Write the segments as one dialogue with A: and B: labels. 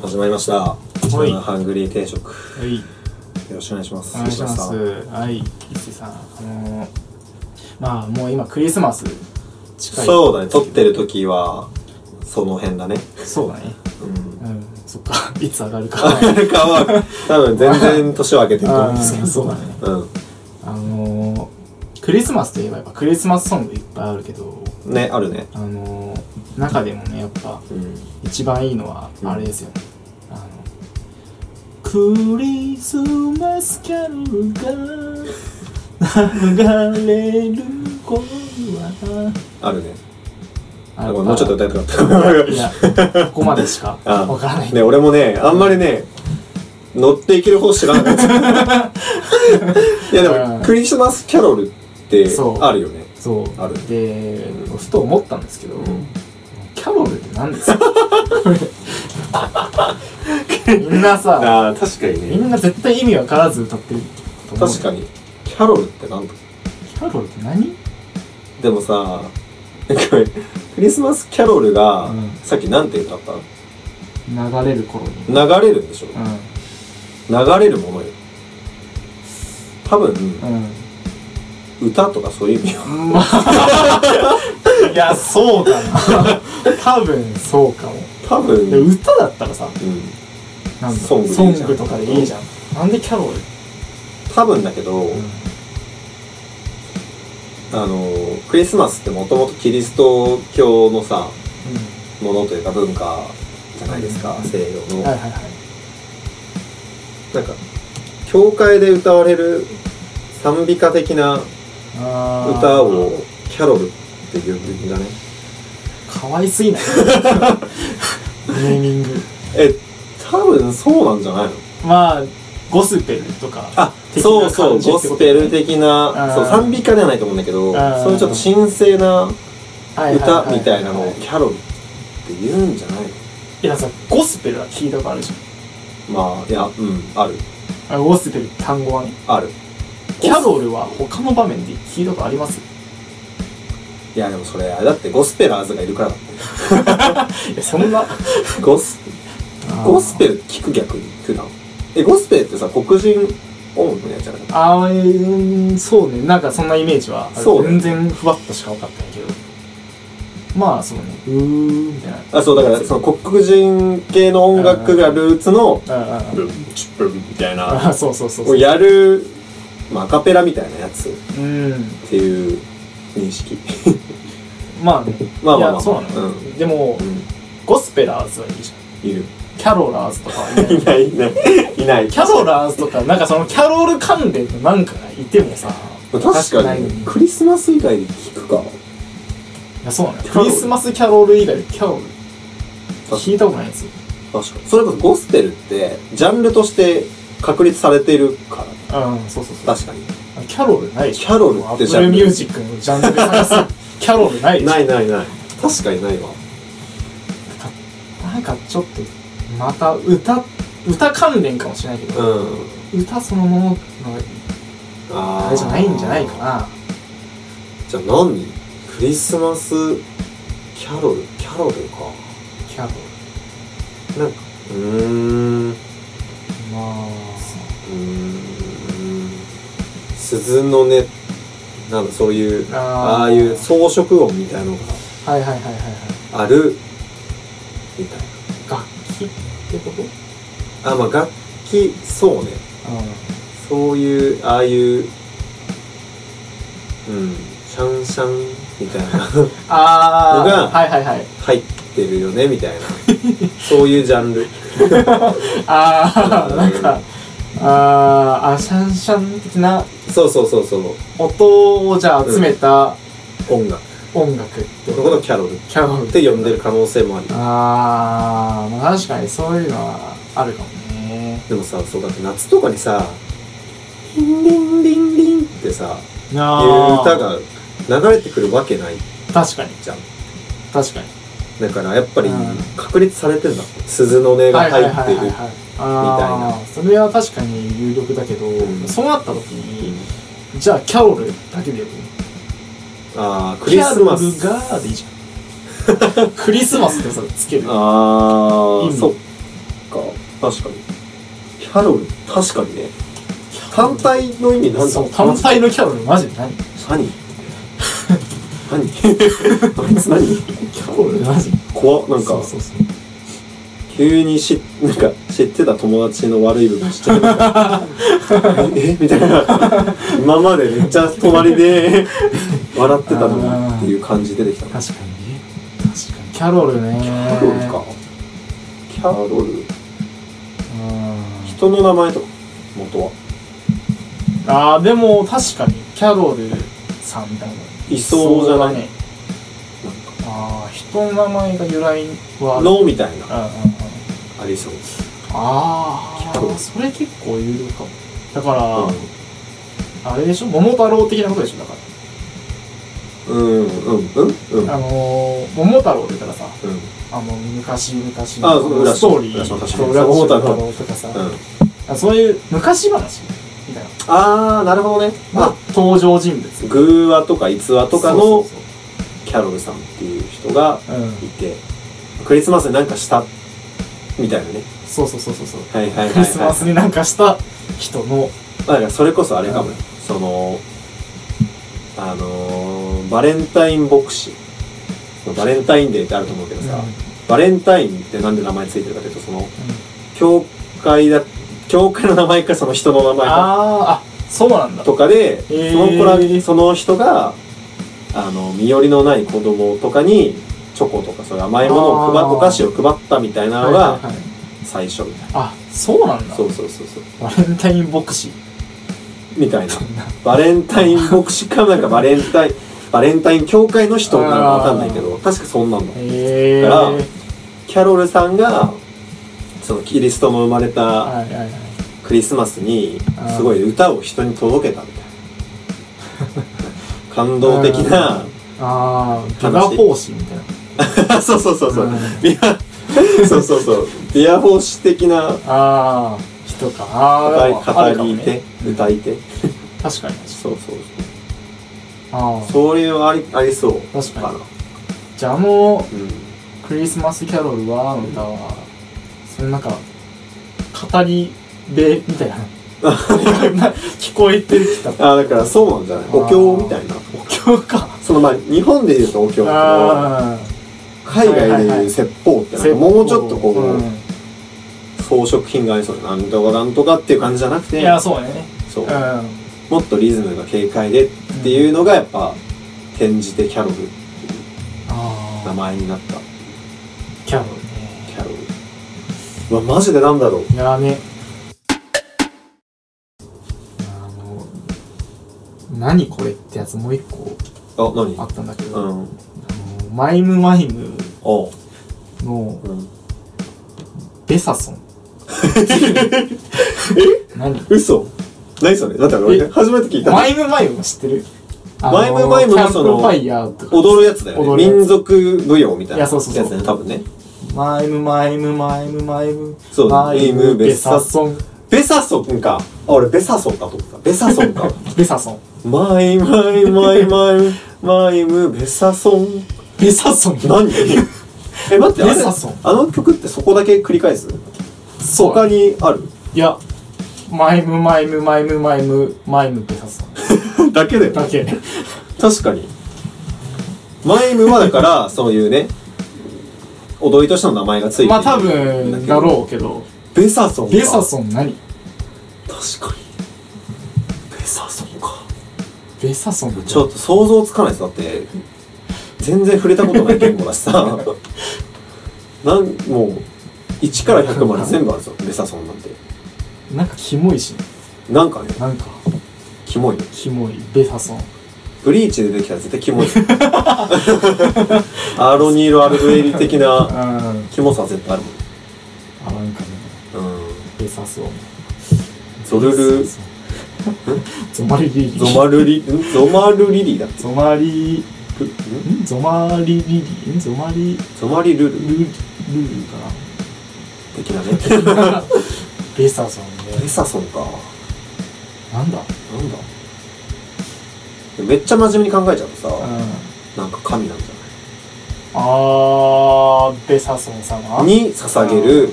A: 始まりましたこちらのハングリー定食よ
B: はい、
A: ろしくお願いします
B: お願いしま
A: 吉
B: す。
A: 田さん
B: はい、一瀬さん、あのー、まあもう今クリスマス近い。
A: そうだね撮ってる時はその辺だね
B: そうだね。
A: うん
B: うん、そっか。 いつ上がるか。
A: あ れかは多分全然年を明けてると思うんですけ
B: あー
A: ど
B: そうだねあのー、クリスマスといえばやっぱクリスマスソングいっぱいあるけど、
A: うんねあるね
B: あのー、中でもねやっぱ
A: うん
B: 一番いいのは
A: うん
B: あれですよね。あのクリスマスキャロルが流れる頃は
A: あるね
B: あ
A: あごめんもうちょっと歌いたかった
B: いや、ここまでしか
A: あ
B: わからない。
A: ね俺もねあんまりね乗っていけるほど知らなかった いやで
B: う
A: も
B: ん
A: クリスマスキャロルって
B: そう
A: あるよね
B: そう。
A: ある
B: で、ふと思ったんですけど、
A: ん
B: キャロルって何ですか みんなさ、
A: ああ確か
B: み
A: に
B: んな絶対意味わからず歌ってると思う。
A: 確かにキャロルってなんだ
B: キャロルって何
A: でもさこれクリスマスキャロルが、
B: うん
A: さっきなんて歌った
B: 流れる頃に。うん。
A: の流れるんでしょ、流れるものよ多分、歌とかそういう意味は
B: うん。まあ いや、そうだな。多分そうかも。
A: 多分、
B: で
A: うん、
B: 歌だったらさ、なんだ
A: ソングでいいじゃん
B: ソングとかでいいじゃん。なんでキャロル
A: 多分だけど、あのクリスマスってもともとキリスト教のさものというか文化じゃないですか、
B: うん
A: 西洋の、
B: はいはいはい。
A: なんか教会で歌われる賛美歌的な歌
B: 歌
A: をキャロルって呼ぶんだね
B: かわいす ぎないネーミング
A: え多分そうなんじゃないの
B: まあゴスペルとか
A: あ
B: 的な
A: そう
B: 感じ
A: そうゴ
B: ってことね
A: スペル的な
B: あー
A: そう賛美歌ではないと思うんだけど
B: あー
A: そういうちょっと神聖な
B: はは
A: 歌
B: は
A: みたいなのを
B: い
A: キャロルって言うんじゃないの
B: やさゴスペルは聞いたことあるじ
A: まあいやうんある
B: ゃんあゴスペルって単語はね
A: ある
B: キャロルは他の場面で聞いたことあ ります
A: いやでもそれあれだってゴスペラーズがいるからだって
B: いやそんな
A: ゴスゴスペル聞く逆に普段えゴスペルってさ黒人音楽のやつじゃない
B: あーうんそうねなんかそんなイメージはある
A: そう
B: 全然ふわっとしか分かってないけどまあそうねうーんみたいな
A: あそうだからその黒人系の音楽がルーツの
B: あー
A: ブンチュブンみたい
B: あー
A: な
B: あーそうそうそう そ
A: を
B: う
A: やるまあアカペラみたいなやつ
B: うん
A: っていう認識
B: まあね
A: まあまあまあ
B: いやそうなのよ、
A: う
B: でも
A: うん
B: ゴスペラーズはいいじゃ
A: いる
B: んキャロラーズとかはいない
A: いないいないいない
B: キャロラーズとかなんかそのキャロル関連のなんかがいてもさおかし
A: 確
B: くな
A: か
B: いの
A: にクリスマス以外で聞くか
B: いやそうなの
A: キャ
B: よ
A: ロ
B: ク
A: ル
B: リスマスキャロル以外でキャロル
A: 確
B: 聞いたことないやつよ
A: 確かにそれこそゴスペルってジャンルとして確立されてるから
B: うんそうそうそう
A: 確かに
B: キャロルないでしょ
A: キャロル
B: ア
A: っ
B: ッ
A: て
B: プ
A: ジャン
B: ル
A: ル
B: ミュージックのジャンルで探す キャロルないでしょ
A: いないない確かにないわ
B: なんかちょっとまた歌歌関連かもしれないけど、
A: うん
B: 歌そのものの
A: あー
B: あれじゃないんじゃないかな
A: じゃあ何クリスマスキャロルキャロルか
B: キャロル
A: なんかうーん
B: まあ
A: うーん鈴の音なんだそういう
B: あー
A: ああいう装飾音みたいの
B: はいはいはいはいはい
A: があるみたい
B: 楽器ってこと
A: なあまあ楽器そうね
B: う
A: そういうああいううんシャンシャンみたいな
B: んあ
A: の
B: あ
A: が
B: はいは いはい
A: 入ってるよねみたいなそういうジャンル
B: ああなんかあーあシャンシャン的な
A: そうそうそうそう
B: 音をじゃあ集めた
A: 音楽
B: 音楽って
A: の
B: こ
A: こととキャロルっ
B: キャロル
A: て呼んでる可能性もある
B: あー、まあ確かにそういうのはあるかもね
A: でもさそうだって夏とかにさ「リンリンリンリン」ってさいう歌が流れてくるわけない
B: 確かに
A: じゃん
B: 確かに
A: だからやっぱり
B: うん
A: 確立されてんだ鈴の音が入ってる
B: いああそれは確かに有力だけど、
A: うん
B: そうなった時にじゃあキャロルだけでよく
A: ああクリスマス
B: キャロルがーでいいじゃんクリスマスってさつける
A: あ
B: 意
A: あ
B: 味
A: そっか確かにキャロル確かにね単体の意味なんだ
B: そう単体のキャロルマジで何
A: 何何あいつ何
B: キャロルマジ
A: 怖っなん
B: そ
A: か
B: うそうそう
A: 急にしなんか知ってた友達の悪い部分知っちゃった ええみたいな今までめっちゃ隣で 笑ってたのにっていう感じ出てきた
B: 確かにね確かにキャロルね
A: キャロルかキャロル
B: うん
A: 人の名前とか元は
B: あーでも確かにキャロルさんみたいない
A: そうじゃない
B: だねああ人の名前が由来はある
A: のみたい
B: うん
A: な
B: うんうん
A: ありそう
B: あ
A: キャロ
B: あ
A: ル
B: それ結構有力かもだから、
A: うん
B: あれでしょ桃太郎的なことでしょだか
A: うんうんうんうん
B: ら、あのー、桃太郎って言ったらさ
A: うん
B: あの昔昔
A: あそう
B: の
A: 浦島
B: ストーリ
A: 浦
B: ー
A: 島太郎
B: そう浦島
A: そう
B: 太
A: そう
B: 郎とかさ、
A: うん
B: あそういう昔話みたいな
A: ああなるほどね
B: まあ
A: ま
B: 登場人物
A: あ偶話とか逸話とか
B: そう
A: の
B: そう
A: キャロルさんっていう人が
B: そううん
A: いてクリスマスになんかしたみたいなね
B: そうそうそうそうそ
A: は
B: う
A: いはいはい、はい、
B: クリスマスになんかした人の
A: だからそれこそあれかも、
B: うん
A: そのあのーバレンタイン牧師そのバレンタインデーってあると思うけどさ、バレンタインってなんで名前ついてるかというとその教会だ教会の名前かその人の名前か
B: あーあそうなんだ
A: とかで、
B: えー
A: その子らその人があの身寄りのない子供とかにチョコとかそういう甘いものを配
B: あー
A: お菓子を配ったみたいなの
B: はい
A: が
B: はいはい
A: 最初みたいな、
B: あそうなんだ
A: そうそうそうそう
B: バレンタイン牧師
A: みたいな
B: そんな
A: バレンタイン牧師かなんかバレンタインバレンタイン教会の人なのかわかんないけど確かそんなんだ
B: へえ
A: だから
B: はい
A: キャロルさんがそのキリストの生まれた
B: はいはい
A: クリスマスに
B: あー
A: すごい歌を人に届けたみ たいな感動的な
B: ああビ
A: 話
B: ガ奉仕みたいな
A: そうそうそうそう
B: うん
A: ビアそうそうそうビアフォーシ的な
B: ああ人かああでもある
A: 語
B: かも
A: り
B: ね
A: 手歌い手
B: 確かに
A: そうそうそう
B: ああ
A: そういうのありありそう
B: 確か
A: かな
B: にじゃああの
A: うん
B: クリスマスキャロルはの歌はそのなんか語り部みた いな聞こえてきた
A: あだからそうなんじゃないお経みたいな
B: お経か
A: そのまあ日本でいうとお経だ
B: あ
A: けど海外でいう説法って
B: あ
A: なんかもうちょっとこ
B: うん
A: う装飾品がありそうななんとかなんとかっていう感じじゃなく
B: い
A: て
B: やそうね
A: そううん
B: あ
A: もっとリズムが軽快でっていうのがやっぱ転じてキャロル名
B: あ
A: 前になった
B: キャロルね
A: キャロルうわマジでなんだろう
B: いやーねあの何これってやつもう一個
A: あ何
B: あったんだけど、
A: う
B: あ
A: ん
B: のマイムマイム
A: おう
B: の
A: うん
B: ベサソン何
A: 嘘何それだって俺
B: え
A: 初めて聞いた
B: マイムマイム知ってるあ
A: マイムマイム
B: キャ
A: は
B: ンプ
A: そ
B: フ
A: の
B: ァイヤーとか
A: 踊るやつだよ
B: 踊
A: ね
B: るや
A: 民
B: つ
A: 族舞踊みたいないや
B: や
A: つ
B: そうそうそう
A: ね多分ね
B: マイムマイムマイムマイム
A: そう
B: マイ
A: マイム
B: ム
A: ベ
B: ベ
A: サ
B: サソン
A: ベサソンかあ俺ベサソンかと思ったベサソン か
B: ベサソン
A: マイマイマイマイマイムベサソン
B: ベサソン
A: 何え待ってあれ
B: ベサソン
A: あの曲ってそこだけ繰り返す
B: そう
A: 他にある
B: いやマイムマイムマイムマイムマイムベサソン
A: だけだよ
B: だ け
A: 確かにマイムはだからそういうね踊りとしての名前がついてる
B: まあ多分だろうけど
A: うベサソンか
B: ベサソン何
A: 確かにベサソンか
B: ベサソンって
A: ちょっと想像つかないですだって全然触れたことない言語だしさ なんもう1から100まで全部あるぞベサソンなんて
B: なんかキモいし
A: なんかね
B: なんか
A: キモいよ
B: キモいベサソン
A: ブリーチでできたら絶対キモい アロニール・アルブエリ的
B: うん
A: な
B: あ
A: キモさは絶対ある
B: なんかね
A: もんうん
B: ベサソン
A: ゾルル
B: ベサソンゾマリリリ
A: ゾマルリんゾマルリリだっ
B: ゾマリ
A: けん
B: んゾマリリリんゾマリ
A: ゾマリルル
B: ルルルルかな
A: 的なね
B: ベサソン
A: ベ
B: ね
A: サソンか
B: なんだ
A: なんだめっちゃ真面目に考えちゃうとさ、
B: うん
A: なんか神なんじゃない
B: あーベサソン様
A: に捧げる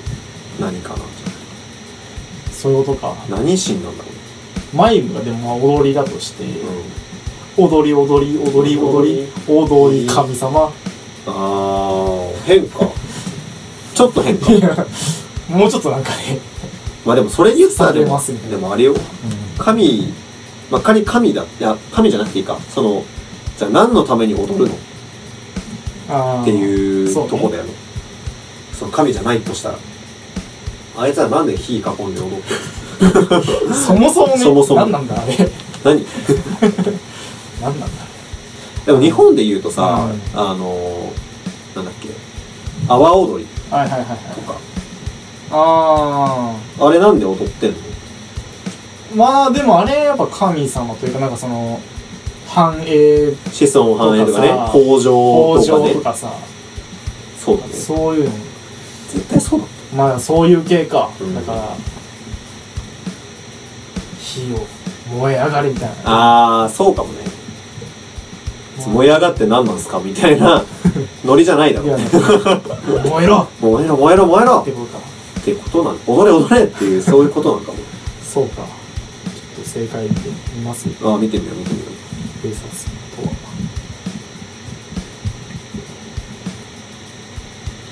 A: 何かなんじゃない
B: 素養とか
A: 何神なんだろ
B: マイムがでもまあ踊りだとして、
A: う、うん、
B: 踊り踊り踊り踊り踊り神
A: あ
B: 様
A: ー変かちょっと変 か
B: いやもうちょっとなんかね、
A: まあでもそれ言ったらで
B: され
A: も
B: ますみたいな
A: でもあれよ神まあ仮に神だいや神じゃなくていいかそのじゃあ何のために踊るのっ
B: あー
A: ていう
B: そうね
A: とこだよねその神じゃないとしたらあいつはなんで火囲んで踊ってる
B: そもそもね
A: そもそも
B: 何なんだあれ
A: 何
B: 何なんだ
A: でも日本で言うとさ、
B: う
A: あのーなんだっけ阿波踊り
B: はいはいはいはい
A: とか
B: あ
A: あれなんで踊ってんの
B: あまあでもあれやっぱ神様というかなんかその繁栄
A: 子孫繁栄とかね
B: とかさ
A: 向
B: 向
A: 上とか
B: 上
A: ね
B: とかさ
A: そうだね
B: そういうの
A: 絶対そうだ
B: まあそういう系か、
A: うん
B: だから火を燃え上がれみたいな
A: ああそうかもね燃え上がって何なんすかみたい なノリじゃないだ
B: い
A: ろ
B: や
A: うね
B: 燃えろっ
A: 燃えろ燃えろ燃えろ
B: てことか
A: っていうことなの踊れ踊れっていうそういうことなのかも
B: そうかちょっと正解見てみます
A: ああ見てみよう見てみよう
B: 警察とは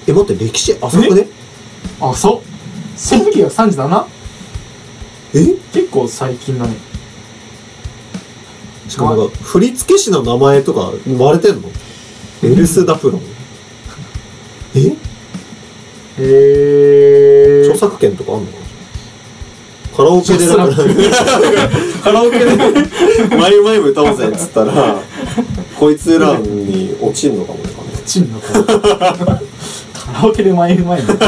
A: え待って歴史
B: 浅くねあそう1937
A: え
B: 結構最近だね
A: し
B: かもなん
A: か振付師の名前とか言われてんのエルス・ダプロンえ
B: へえ
A: 作権とかあんのかなカラオ
B: ケでなんか
A: カラオケで「マイマイム歌おうぜ」っつったらこいつらに落ちんのかもね
B: チンのカラオケカラオケでマイムマイムチン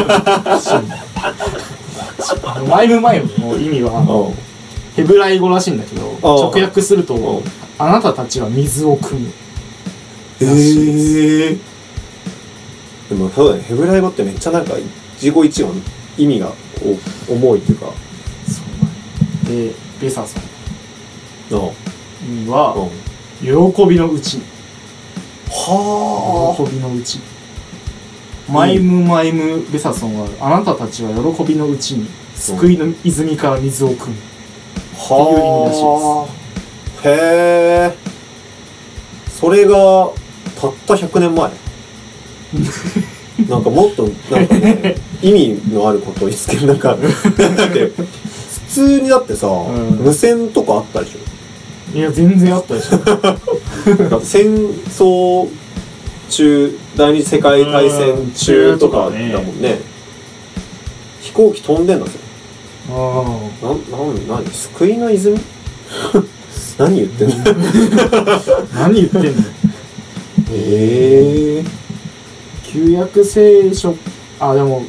B: あのマイムマイムの意味は
A: あ
B: ヘブライ語らしいんだけど
A: ああ
B: 直訳するとあなたたちは水を汲むらしいです
A: ええでもそうだねヘブライ語ってめっちゃなんか一語一語の意味がお重いっていうか
B: そうでベサソ
A: の
B: ンには喜びのうちに
A: は
B: 喜びのうちにマイムマイムベサソンはあなたたちは喜びのうちに救いの泉から水を汲む
A: あはあへえそれがたった100年 前なんかもっとなんかね意味のあることを言いつけるなんかだって普通にだってさ、
B: ん
A: 無線とかあったでしょ
B: いや全然あったでしょ
A: だって戦争中第二次世界大戦中とかだもんね
B: うん
A: 飛行機飛んでんだぜ
B: ああ
A: なんなん何救いの泉 何言ってんの
B: 何言ってんの
A: ええ
B: 旧約聖書あでも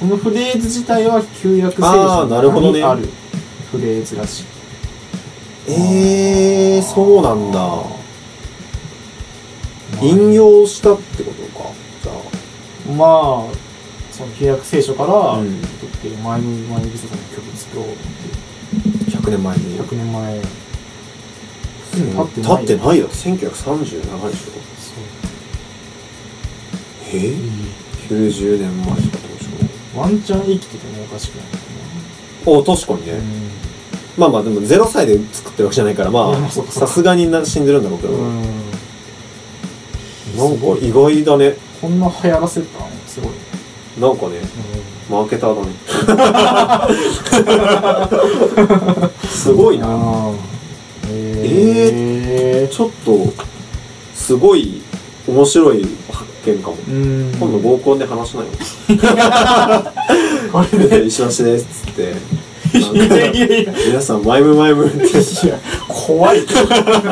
B: このフレーズ自体は旧約聖
A: あ
B: 書
A: ーなるほどね
B: にあるフレーズらしい
A: ええそうなんだ引
B: ま
A: 用したってことかじゃ
B: あ、まあその旧約聖書から、
A: あ、
B: 取ってる前の前のビサさんの曲作ろうって
A: 100年前に
B: 100年前
A: 立
B: 立ってない
A: ってないよ1937年でしょ
B: そう
A: えー、90年前とかどうでし
B: ワンチャン生きててもおかしくない
A: ょお確かにね、まあまあでも0歳で作ってるわけじゃないからま
B: いやま
A: あ
B: あそうかそうか
A: さすがにな死んでるんだろうけ
B: う
A: ど、なんか
B: ん、うん、
A: 意外だね
B: こんな流行らせたのすごい、
A: なんかねマーケターだねすごいな
B: あーえー、え
A: ちょっとすごい面白い発見かも、
B: うん
A: 今度合コンで話し ないよ
B: これ
A: で
B: で
A: 石橋ですっつって
B: いやいやいや
A: 皆さんマイムマイムって
B: いや 怖い怖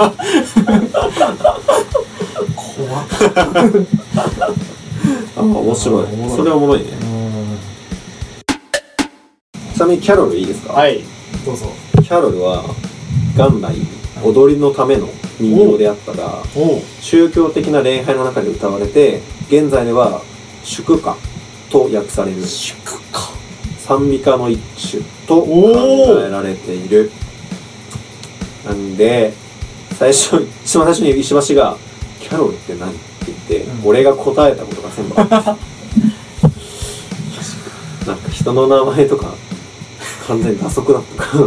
B: っ
A: あ面白い
B: あーおもろい
A: それはおもろいねちなみにキャロルいいですか、
B: はいどうぞ
A: キャロルは元来踊りのための民謡であったが
B: おお
A: 宗教的な礼拝の中で歌われて現在では祝歌と訳される
B: 祝か
A: 賛美歌の一種と考えられているなんで最初一番最初に石橋が「キャロルって何?」って言って、
B: うん
A: 俺が答えたことが全 部あったなんか人の名前とか完全に打足だったから